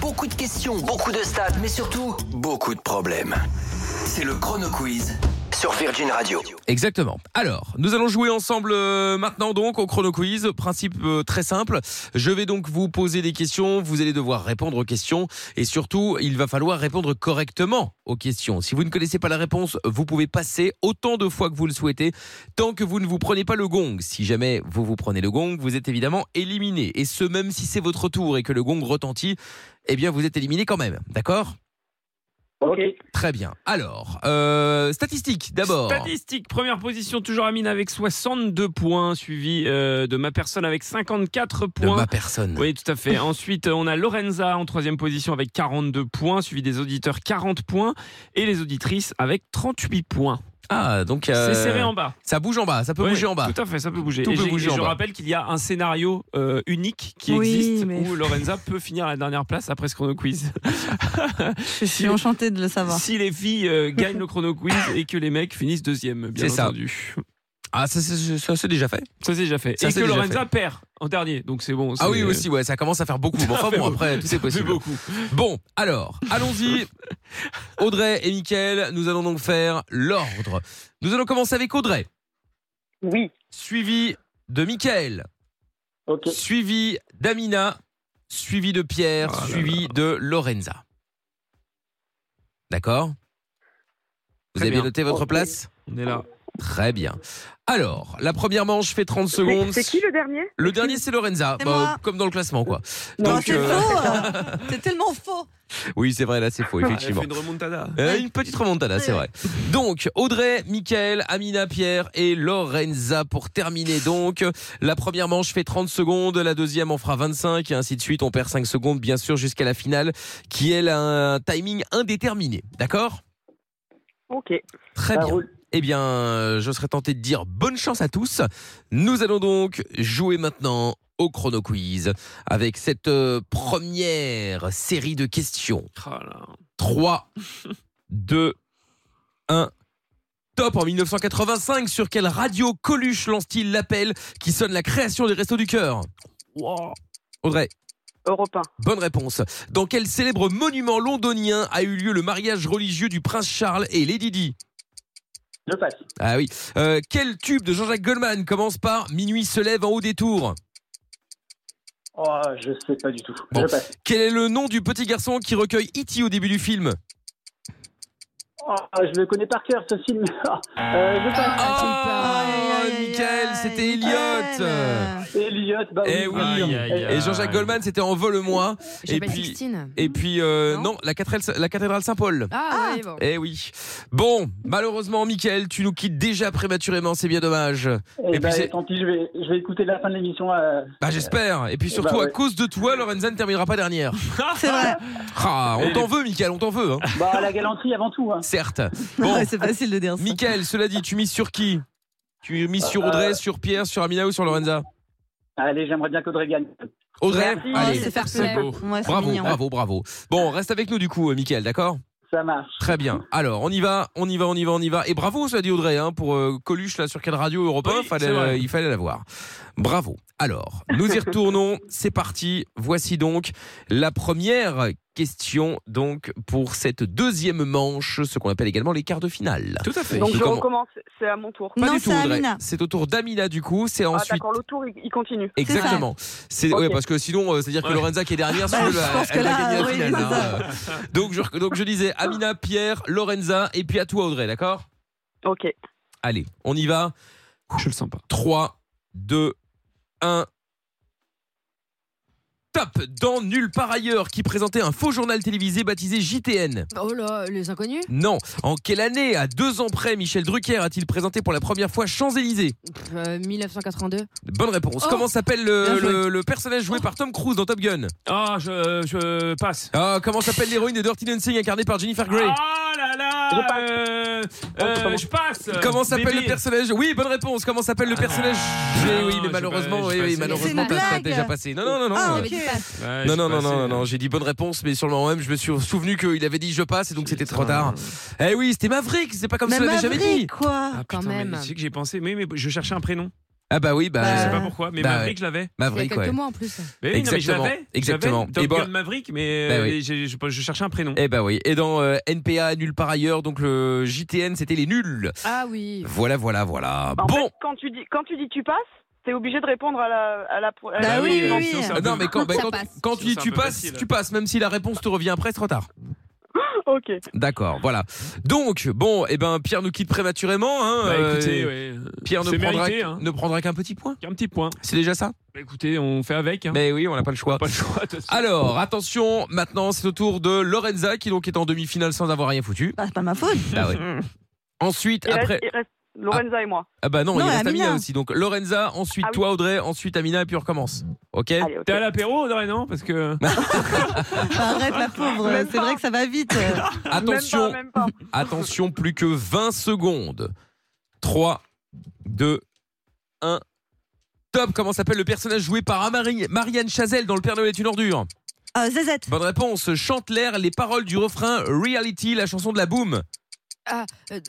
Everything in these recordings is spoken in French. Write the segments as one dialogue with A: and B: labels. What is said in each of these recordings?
A: beaucoup de questions, beaucoup de stats, mais surtout beaucoup de problèmes. C'est le Chrono Quiz sur Virgin Radio.
B: Exactement. Alors, nous allons jouer ensemble euh, maintenant donc au chrono quiz. Principe euh, très simple. Je vais donc vous poser des questions. Vous allez devoir répondre aux questions et surtout, il va falloir répondre correctement aux questions. Si vous ne connaissez pas la réponse, vous pouvez passer autant de fois que vous le souhaitez tant que vous ne vous prenez pas le gong. Si jamais vous vous prenez le gong, vous êtes évidemment éliminé. Et ce, même si c'est votre tour et que le gong retentit, eh bien, vous êtes éliminé quand même. D'accord
C: Ok.
B: Très bien. Alors, euh, statistiques d'abord.
D: Statistique, première position, toujours Amine avec 62 points, suivi euh, de ma personne avec
B: de
D: 54 points.
B: ma personne.
D: Oui, tout à fait. Ensuite, on a Lorenza en troisième position avec 42 points, suivi des auditeurs 40 points et les auditrices avec 38 points.
B: Ah, donc euh,
D: C'est serré en bas.
B: ça bouge en bas, ça peut
D: Oui,
B: bouger en bas.
D: Tout à fait, ça peut bouger.
B: Tout
D: et
B: peut
D: j'ai-
B: bouger
D: et
B: en
D: je
B: bas.
D: rappelle qu'il y a un scénario euh, unique qui
E: Oui,
D: existe
E: mais-
D: où Lorenza peut finir à la dernière place après ce chrono quiz.
E: Je suis enchantée de le savoir.
D: Si les filles euh, gagnent le chrono quiz et que les mecs finissent deuxième, bien
B: C'est ça.
D: entendu.
B: Ah, ça, c'est- ça, c'est déjà fait.
D: Ça c'est déjà fait.
B: Ça,
D: et
B: c'est
D: que
B: déjà
D: Lorenza perd en dernier, donc c'est bon.
B: Ah
D: c'est-
B: oui, aussi, ouais, ça commence à faire beaucoup. Mais enfin
D: fait
B: bon,
D: beaucoup.
B: après, tout est
D: C'est
B: possible.
D: beaucoup.
B: Bon, alors, allons-y. Audrey et Mickaël, nous allons donc faire l'ordre. Nous allons commencer avec Audrey,
C: Oui.
B: suivi de Mickaël,
C: Ok.
B: suivi d'Amina, suivi de Pierre,
D: Ah là
B: suivi de Lorenza. D'accord Vous
D: Très
B: avez bien
D: bien.
B: noté votre
C: Ok.
B: place
D: On est là.
B: Ah, Très bien. Alors, la première manche fait 30
F: Mais
B: secondes.
F: C'est qui le dernier
B: Le dernier, c'est Lorenza,
E: C'est
B: Bah,
E: moi.
B: comme dans le classement, quoi.
E: Non,
B: Donc,
E: c'est
B: euh,
E: faux hein. C'est tellement faux
B: Oui, c'est vrai, là, c'est faux, effectivement.
D: une remontada.
B: Euh, une petite remontada, c'est vrai. Donc, Audrey, Michael, Amina, Pierre et Lorenza pour terminer. Donc, la première manche fait 30 secondes, la deuxième en fera 25 et ainsi de suite. On perd 5 secondes, bien sûr, jusqu'à la finale qui, elle, a un timing indéterminé. D'accord
F: Ok.
B: Très
C: Ça
B: bien.
C: roule.
B: Eh bien, euh, je serais tenté de dire bonne chance à tous. Nous allons donc jouer maintenant au chrono quiz avec cette euh, première série de questions.
D: Oh
B: 3, 2, 1. Top en 1985, sur quelle radio Coluche lance-t-il l'appel qui sonne la création des Restos du Cœur Audrey,
F: Europe 1.
B: bonne réponse. Dans quel célèbre monument londonien a eu lieu le mariage religieux du prince Charles et Lady Di
C: Je passe.
B: Ah oui. Euh, quel tube de Jean-Jacques Goldman commence par Minuit se lève en haut des tours
C: Oh, je sais pas du tout.
B: Bon.
C: Je passe.
B: Quel est le nom du petit garçon qui recueille Iti au début du film
C: Oh, je le connais par cœur ce film. Ah, euh, je passe.
B: Ah,
E: Aïe, aïe, aïe,
B: Michael,
E: aïe,
B: c'était Elliot.
E: Mickaël.
C: Elliot. Bah,
B: Eh oui.
D: Aïe, aïe, aïe.
B: Et Jean-Jacques Goldman, c'était en vol moi. Et
G: J'appelle
B: puis-
G: Sixtine.
B: Et puis, euh, non,
G: Non.
B: la cathédrale, la cathédrale Saint-Paul.
G: Ah, oui, bon.
B: Eh oui. Bon, malheureusement, Michael, tu nous quittes déjà prématurément, c'est bien dommage.
C: Eh
B: Et
C: bah,
B: puis c'est-
C: tant pis, je vais, je vais écouter la fin de l'émission. euh,
B: Bah, j'espère. Et puis surtout,
C: bah
B: à
C: ouais.
B: cause de toi, Lorenza ne terminera pas dernière.
E: C'est vrai.
B: Ah, on
D: Et
B: t'en
D: les-
B: veut, Michael, on t'en veut, hein.
C: Bah, la galanterie avant tout. Hein.
B: Certes. Bon,
E: Ouais, c'est facile de dire ça.
B: Michael, cela dit, tu mises sur qui Tu mises sur Audrey,
D: Euh,
B: sur Pierre, sur Amina ou sur Lorenza
C: Allez, j'aimerais bien qu'Audrey gagne.
B: Audrey,
E: Oh,
B: allez.
E: c'est fair play.
G: c'est
D: beau.
E: Ouais, c'est
B: Bravo, Ah,
E: mignon.
B: bravo, bravo. Bon, reste avec nous du coup, euh, Michael, d'accord
C: Ça marche.
B: Très bien. Alors, on y va, on y va, on y va, on y va. Et bravo, cela dit Audrey, hein, pour euh, Coluche, là, sur quelle radio européenne
D: Oui, c'est vrai.
B: Il fallait la voir. Bravo. Alors, nous y retournons. C'est parti. Voici donc la première question donc pour cette deuxième manche, ce qu'on appelle également les quarts de finale.
D: Tout à fait.
F: Donc
B: Et
F: je
B: comment-
F: recommence, c'est à mon tour.
B: Pas
E: Non,
B: du tout,
E: c'est
B: Audrey.
E: Amina.
B: C'est au tour d'Amina, du coup. C'est
F: Ah
B: ensuite.
F: d'accord, le tour il il continue.
B: Exactement. C'est
C: Ok.
B: ouais, parce que sinon, euh, c'est-à-dire que
D: Ouais.
B: Lorenza qui est dernière, si
E: Bah,
B: tu veux,
E: je
B: elle-
E: pense que
B: elle va
E: là,
B: gagner la
E: oui,
B: finale,
E: c'est
B: hein. Donc je, donc je disais Amina, Pierre, Lorenza et puis à toi Audrey, d'accord
F: Ok.
B: Allez, on y va.
D: Je le sens pas.
B: 3, 2, 1. Top Dans Nulle part ailleurs, qui présentait un faux journal télévisé baptisé JTN.
G: Oh là, les inconnus
B: Non. En quelle année, à deux ans près, Michel Drucker a-t-il présenté pour la première fois Champs-Élysées
G: Pff, euh, 1982.
B: Bonne réponse.
G: Oh.
B: Comment s'appelle le,
E: Bien joué.
B: le- le personnage joué par Tom Cruise dans Top Gun
D: Ah, je, je passe.
B: Ah, Comment s'appelle l'héroïne de Dirty Dancing incarnée par Jennifer Grey
D: Ah là là
C: Je passe.
D: euh, euh, Je passe
B: Oh, Comment s'appelle
D: Bébé.
B: le personnage Oui, bonne réponse. Comment s'appelle le personnage Eh
D: Ah,
B: Oui,
D: je
B: mais
D: sais
B: malheureusement,
D: pas, je
B: oui,
D: sais
B: oui,
D: pas,
B: malheureusement,
E: c'est une
B: t'as t'as
E: blague.
B: déjà passé. Non, non, non, non.
E: Ah,
G: J'avais
E: ok.
G: dit passe.
D: Ouais,
B: Non,
D: je
B: non, non,
D: passe,
B: non, non,
D: euh,
B: non, j'ai dit bonne réponse, mais sur le moment même, je me suis souvenu qu'il avait dit je passe et donc c'était trop
D: Putain.
B: tard. Eh oui, c'était Maverick, c'est pas comme ça,
E: Même
B: l'avait jamais dit.
E: Maverick, quoi.
D: Ah,
G: Quand
D: putain, mais
G: même.
D: Tu sais que j'ai pensé, mais, mais je cherchais un prénom.
B: Ah bah oui, bah,
E: Bah,
D: Je sais
E: Euh,
D: pas pourquoi, mais
B: bah
D: Maverick, je l'avais.
G: Il y
B: Maverick,
G: a
B: ouais.
G: quelques mois en plus.
D: Mais oui, non, mais je
B: Exactement,
D: l'avais.
B: exactement.
D: J'avais Top
B: Et bah-
D: Gun Maverick, mais
B: Bah
D: euh,
B: oui.
D: mais j'ai- je, je cherchais un prénom.
B: Eh bah oui. Et dans euh, NPA nul par ailleurs, donc le JTN c'était les nuls.
G: Ah oui.
B: Voilà, voilà, voilà.
F: En
B: bon.
F: fait, quand tu dis, quand tu dis tu passes, t'es obligé de répondre à la, à la, pro- à la
E: Bah oui,
F: question.
E: oui,
D: sinon,
E: oui.
D: c'est un
B: Ah
D: peu-
B: non mais quand, bah,
G: Ça
B: quand-
G: passe.
B: quand
D: C'est
B: tu,
D: un
B: tu
D: peu
B: passes,
D: facile.
B: tu passes, même si la réponse te revient après, c'est trop tard.
F: Ok.
B: D'accord, voilà. Donc bon, eh ben Pierre nous quitte prématurément. Hein,
D: Bah,
B: euh,
D: écoutez,
B: et
D: ouais.
B: Pierre ne
D: C'est
B: prendra,
D: mérité, hein.
B: ne prendra qu'un petit point.
D: Un petit point.
B: C'est déjà ça.
D: Bah, écoutez, on fait avec. Hein.
B: Mais Ah, oui, on n'a pas le choix.
D: Pas le choix. de toute façon.
B: Alors attention, maintenant c'est au tour de Lorenza qui donc est en demi-finale sans avoir rien foutu.
E: Bah, c'est pas ma faute.
B: Bah ouais. Ensuite,
F: Il reste-
B: après,
F: il reste Lorenza et moi.
B: ah bah non,
E: Non,
B: il reste Amina
E: Amina.
B: aussi. Donc Lorenza, ensuite
F: Ah oui.
B: toi Audrey, ensuite Amina et puis on recommence. Ok.
F: Allez, ok.
D: T'es à l'apéro, Audrey, non Parce que.
B: Bah-
E: Arrête la pauvre.
F: Même
E: C'est
F: pas.
E: vrai que ça va vite.
B: Attention,
F: Même pas, même
B: attention, plus que 20 secondes. 3, 2, 1. Top. Comment s'appelle le personnage joué par Amari- Marianne Chazelle dans Le Père Noël est une ordure
E: Euh, Zezette.
B: Bonne réponse. Chantelaire, les paroles du refrain Reality, la chanson de la boom.
G: Ah, euh,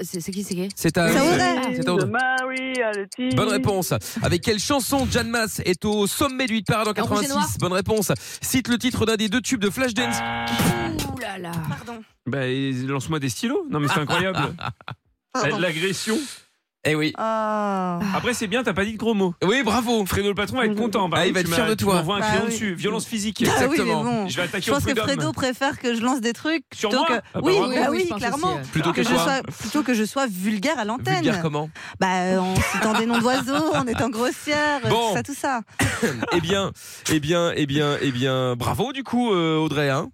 G: c'est c'est qui, c'est qui
B: C'est à.
E: C'est Audrey.
F: pas.
B: C'est à Audrey.
F: De Marie à le tigre.
B: Bonne réponse. Avec quelle chanson Janmas est au sommet du hit parade en
G: En rouge et
B: 86
G: noir. Ah.
B: Bonne réponse. Cite le titre d'un des deux tubes de Flashdance. Ah.
G: Ouh là là.
E: Pardon.
D: Bah, lance-moi des stylos. Non, mais c'est incroyable.
E: Ah,
D: Bah,
E: Pardon.
D: L'agression.
B: Eh oui.
E: Ah.
D: Après, c'est bien, t'as pas dit de gros mots.
B: Oui, bravo.
D: Fredo le patron va être content. Par
B: Ah, il
D: contre,
B: va
D: tu
B: être fier
D: m'as-
B: de
D: tu
B: toi.
D: m'envoies un
E: Bah
D: crayon
E: oui.
D: dessus. Violence physique.
E: Ah oui, mais
B: Exactement.
E: bon.
D: Je vais attaquer
E: Je
D: au
E: pense que
D: prud'homme.
E: Fredo préfère que je lance des trucs
D: Sur
E: plutôt
D: moi
E: que-
D: Ah bah
E: oui,
D: bravo.
E: bah
G: Oui,
E: oui,
G: je pense
E: clairement.
G: aussi, euh. ouais.
B: Plutôt que
E: je
B: quoi
E: sois, plutôt que je sois vulgaire à l'antenne.
B: Vulgaire comment
E: Bah, euh, en citant des noms d'oiseaux, en étant grossière, euh,
B: Bon.
E: tout ça, tout ça.
B: Eh bien, eh bien, eh bien, eh bien, bravo du coup, euh, Audrey. hein.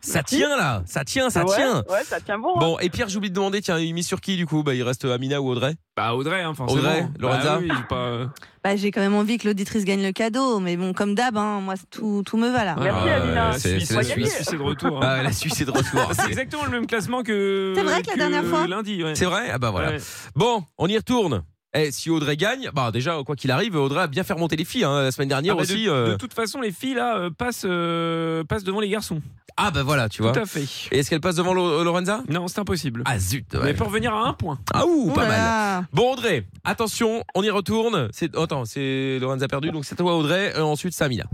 B: ça tient là, ça tient, ça
F: ouais,
B: tient.
F: Ouais, ça tient bon. hein.
B: Bon, et Pierre, j'oublie de demander, tiens, il est mis sur qui du coup Bah, il reste Amina ou Audrey
D: Bah, Audrey, hein, forcément.
B: Audrey,
D: Bah
B: Lorenza.
D: oui, j'ai pas-
E: Bah, j'ai quand même envie que l'auditrice gagne le cadeau, mais bon, comme d'hab, hein, moi, tout, tout me va là.
F: Merci,
D: Ah,
F: Amina.
D: la
B: C'est-
D: Suisse,
B: c'est la
D: ouais,
B: Suisse.
D: Suisse est de retour. hein.
B: Ah, la Suisse est de retour.
D: C'est exactement le même classement que.
E: C'est vrai que la
D: que
E: dernière fois
D: Lundi, ouais.
B: C'est vrai Ah bah voilà.
D: Ouais.
B: Bon, on y retourne. Eh, si Audrey gagne, bah déjà, quoi qu'il arrive, Audrey a bien fait remonter les filles hein, la semaine
D: Ah
B: dernière
D: bah, de-
B: aussi.
D: de,
B: euh.
D: toute façon, les filles là euh, passent, euh, passent devant les garçons.
B: Ah bah voilà, tu vois.
D: Tout à fait.
B: Et est-ce qu'elle passe devant Lo- euh, Lorenza
D: Non, c'est impossible.
B: Ah zut ouais.
D: Mais pour revenir à un point.
B: Ah ouh,
E: Oh
B: pas
E: là
B: mal.
E: là.
B: Bon Audrey, attention, on y retourne. C'est attends, c'est Lorenza a perdu, donc c'est à toi Audrey, euh, ensuite Samina.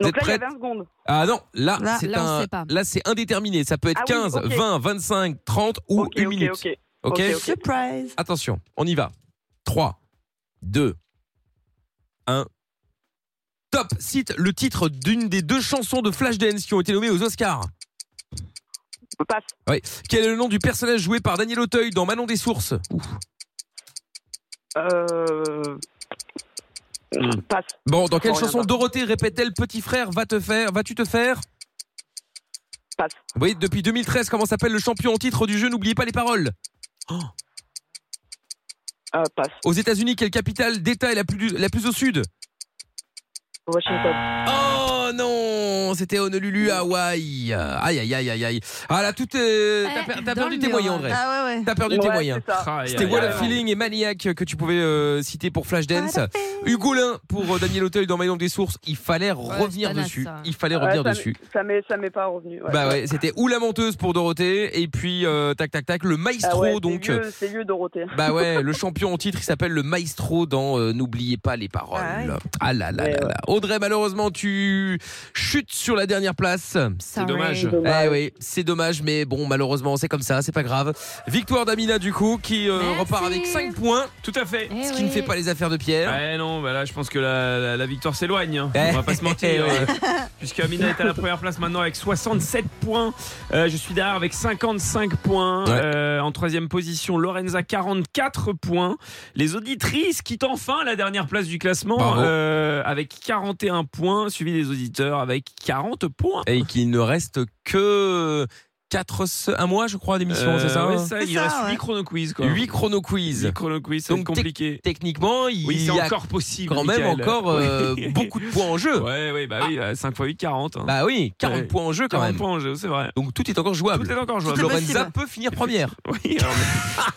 B: Vous
F: Donc
B: êtes
F: là, il y a
B: prête
F: 20 secondes.
B: Ah non, là,
E: Là,
B: c'est
G: là, on
B: un
G: sait pas.
B: là c'est indéterminé, ça peut être
F: Ah oui,
B: 15,
F: ok.
B: 20, 25, 30 ou
F: Ok,
B: une
F: ok,
B: minute.
F: ok.
B: OK,
F: ok, ok.
E: Surprise.
B: Attention, on y va. 3 2 1 Top, cite le titre d'une des deux chansons de Flashdance qui ont été nommées aux Oscars.
F: On Passe.
B: Quel est le nom du personnage joué par Daniel Auteuil dans Manon des sources
F: Euh...
B: Hmm.
F: Passe.
B: Bon, dans quelle
F: Je me
B: chanson
F: reviens pas.
B: Dorothée répète-t-elle Petit frère, va te faire, vas-tu te faire
F: Passe.
B: Vous voyez, depuis 2013, comment s'appelle le champion en titre du jeu N'oubliez pas les paroles.
F: Euh, passe.
B: Aux États-Unis, quelle capitale d'État est la plus, la plus au sud
F: Washington.
B: Oh non C'était Honolulu, Hawaï. Aïe, aïe, aïe, aïe, aïe. Ah là, tout est. T'as per- t'as
G: dans
B: perdu
G: le
B: tes
G: mur,
B: moyens,
G: hein.
B: André.
E: Ah ouais, ouais.
B: T'as perdu tes
F: Ouais,
B: moyens.
F: c'est ça.
B: C'était
D: Aïe,
B: What
D: aïe,
B: a
D: aïe.
B: Feeling et Maniac que tu pouvais euh, citer pour Flashdance. Hugo Lin pour euh, Daniel Auteuil dans My Nom des Sources. Il fallait revenir
G: c'est
B: dessus.
G: tenace, ça.
B: Il fallait
F: Ouais,
B: revenir
F: ça
B: dessus.
F: m'est- Ça m'est, ça m'est pas revenu. ouais.
B: Bah ouais, c'était ou la menteuse pour Dorothée et puis euh, tac tac tac le
F: Ah
B: maestro
F: ouais, c'est
B: donc euh,
F: vieux, c'est vieux Dorothée.
B: bah ouais, le champion en titre, il s'appelle le maestro dans euh, N'oubliez pas les paroles.
E: Ah ouais.
B: Ah là là
F: Ouais,
B: là
F: ouais.
B: là. Audrey, malheureusement, tu chutes sur la dernière place.
G: C'est
D: dommage.
B: Eh oui, c'est dommage, mais bon, malheureusement, c'est comme ça, c'est pas grave. Victoire d'Amina, du coup, qui euh,
G: Merci. Eh
B: repart avec 5 points,
D: Tout à fait.
B: ce qui ne fait pas les affaires de Pierre.
D: Ouais, non, bah là, je pense que la, la- la victoire s'éloigne. hein.
B: Eh.
D: On va pas se mentir.
B: Eh ouais.
D: euh, puisque Amina est à la première place maintenant avec 67 points. Euh, je suis derrière avec 55 points.
B: Ouais.
D: Euh, en troisième position, Lorenza, 44 points. Les auditrices quittent enfin la dernière place du classement
B: Bravo.
D: euh, avec 41 points, suivi des auditeurs avec 40 points.
B: Et qu'il ne reste que 4, un mois, je crois, d'émission,
D: Euh,
B: c'est ça,
D: ouais,
B: hein
D: ça,
E: C'est
D: Il
E: ça,
D: reste
E: ouais.
D: 8 chrono quiz. Quoi.
B: 8 chrono quiz.
D: Huit chrono quiz, c'est
B: Donc,
D: compliqué.
B: Techniquement, il
D: Oui, c'est
B: y a
D: encore possible.
B: quand même
D: Michael.
B: encore euh,
D: Oui.
B: beaucoup de points en jeu.
D: Ouais, ouais, bah oui, 5 x 8, 40. hein.
B: Bah oui, 40
D: Ouais.
B: points en jeu quand
D: 40
B: même.
D: points en jeu, c'est vrai.
B: Donc tout est encore jouable.
D: Tout est encore
E: Tout
D: jouable.
E: est
B: Lorenza
E: possible.
B: peut finir première.
D: Oui, alors,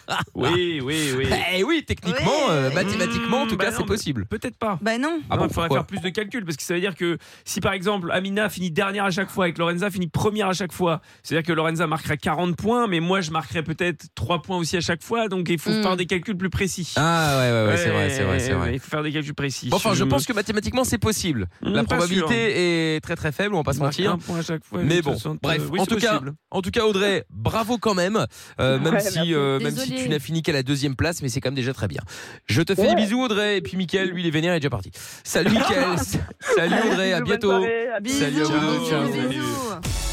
D: mais- oui, oui, oui.
B: Eh oui, techniquement,
E: Oui.
B: euh, mathématiquement, en tout
D: Mmh, bah
B: cas,
D: non,
B: c'est
D: mais-
B: possible.
D: Peut-être pas.
E: Bah non.
B: Ah
D: Non,
B: bon,
D: il faudrait
B: pourquoi
D: faire plus de calculs parce que ça veut dire que si par exemple Amina finit dernière à chaque fois et que Lorenza finit première à chaque fois, c'est-à-dire que Lorenza marquerait 40 points, mais moi je marquerai peut-être 3 points aussi à chaque fois, donc il faut
G: Hmm.
D: faire des calculs plus précis.
B: Ah ouais, ouais, ouais, c'est vrai, c'est vrai, c'est vrai.
D: Il faut faire des calculs précis.
B: Bon, enfin, je pense que mathématiquement c'est possible.
D: Hmm,
B: La
D: pas
B: probabilité est très très faible, on va pas se
D: Marque
B: mentir.
D: un point à chaque fois,
B: Mais
D: de
B: bon,
D: 60,
B: bref,
D: euh, oui,
B: en
D: c'est
B: tout cas,
D: possible.
B: En tout cas, Audrey, bravo quand même, euh, même,
F: Ouais, merci.
B: si, euh, même si
G: Désolée.
B: tu n'as fini qu'à la deuxième place, mais c'est quand même déjà très bien. Je te fais des
C: Ouais.
B: bisous, Audrey, et puis Mickaël, lui, il est vénère, il est déjà parti. Salut, Mickaël, salut, Audrey, à
F: Bisous, bonne
B: bientôt.
F: soirée, à
G: Bisous,
B: Salut à vous,
G: bisous,
B: ciao,
G: bisous,
D: salut.
G: bisous.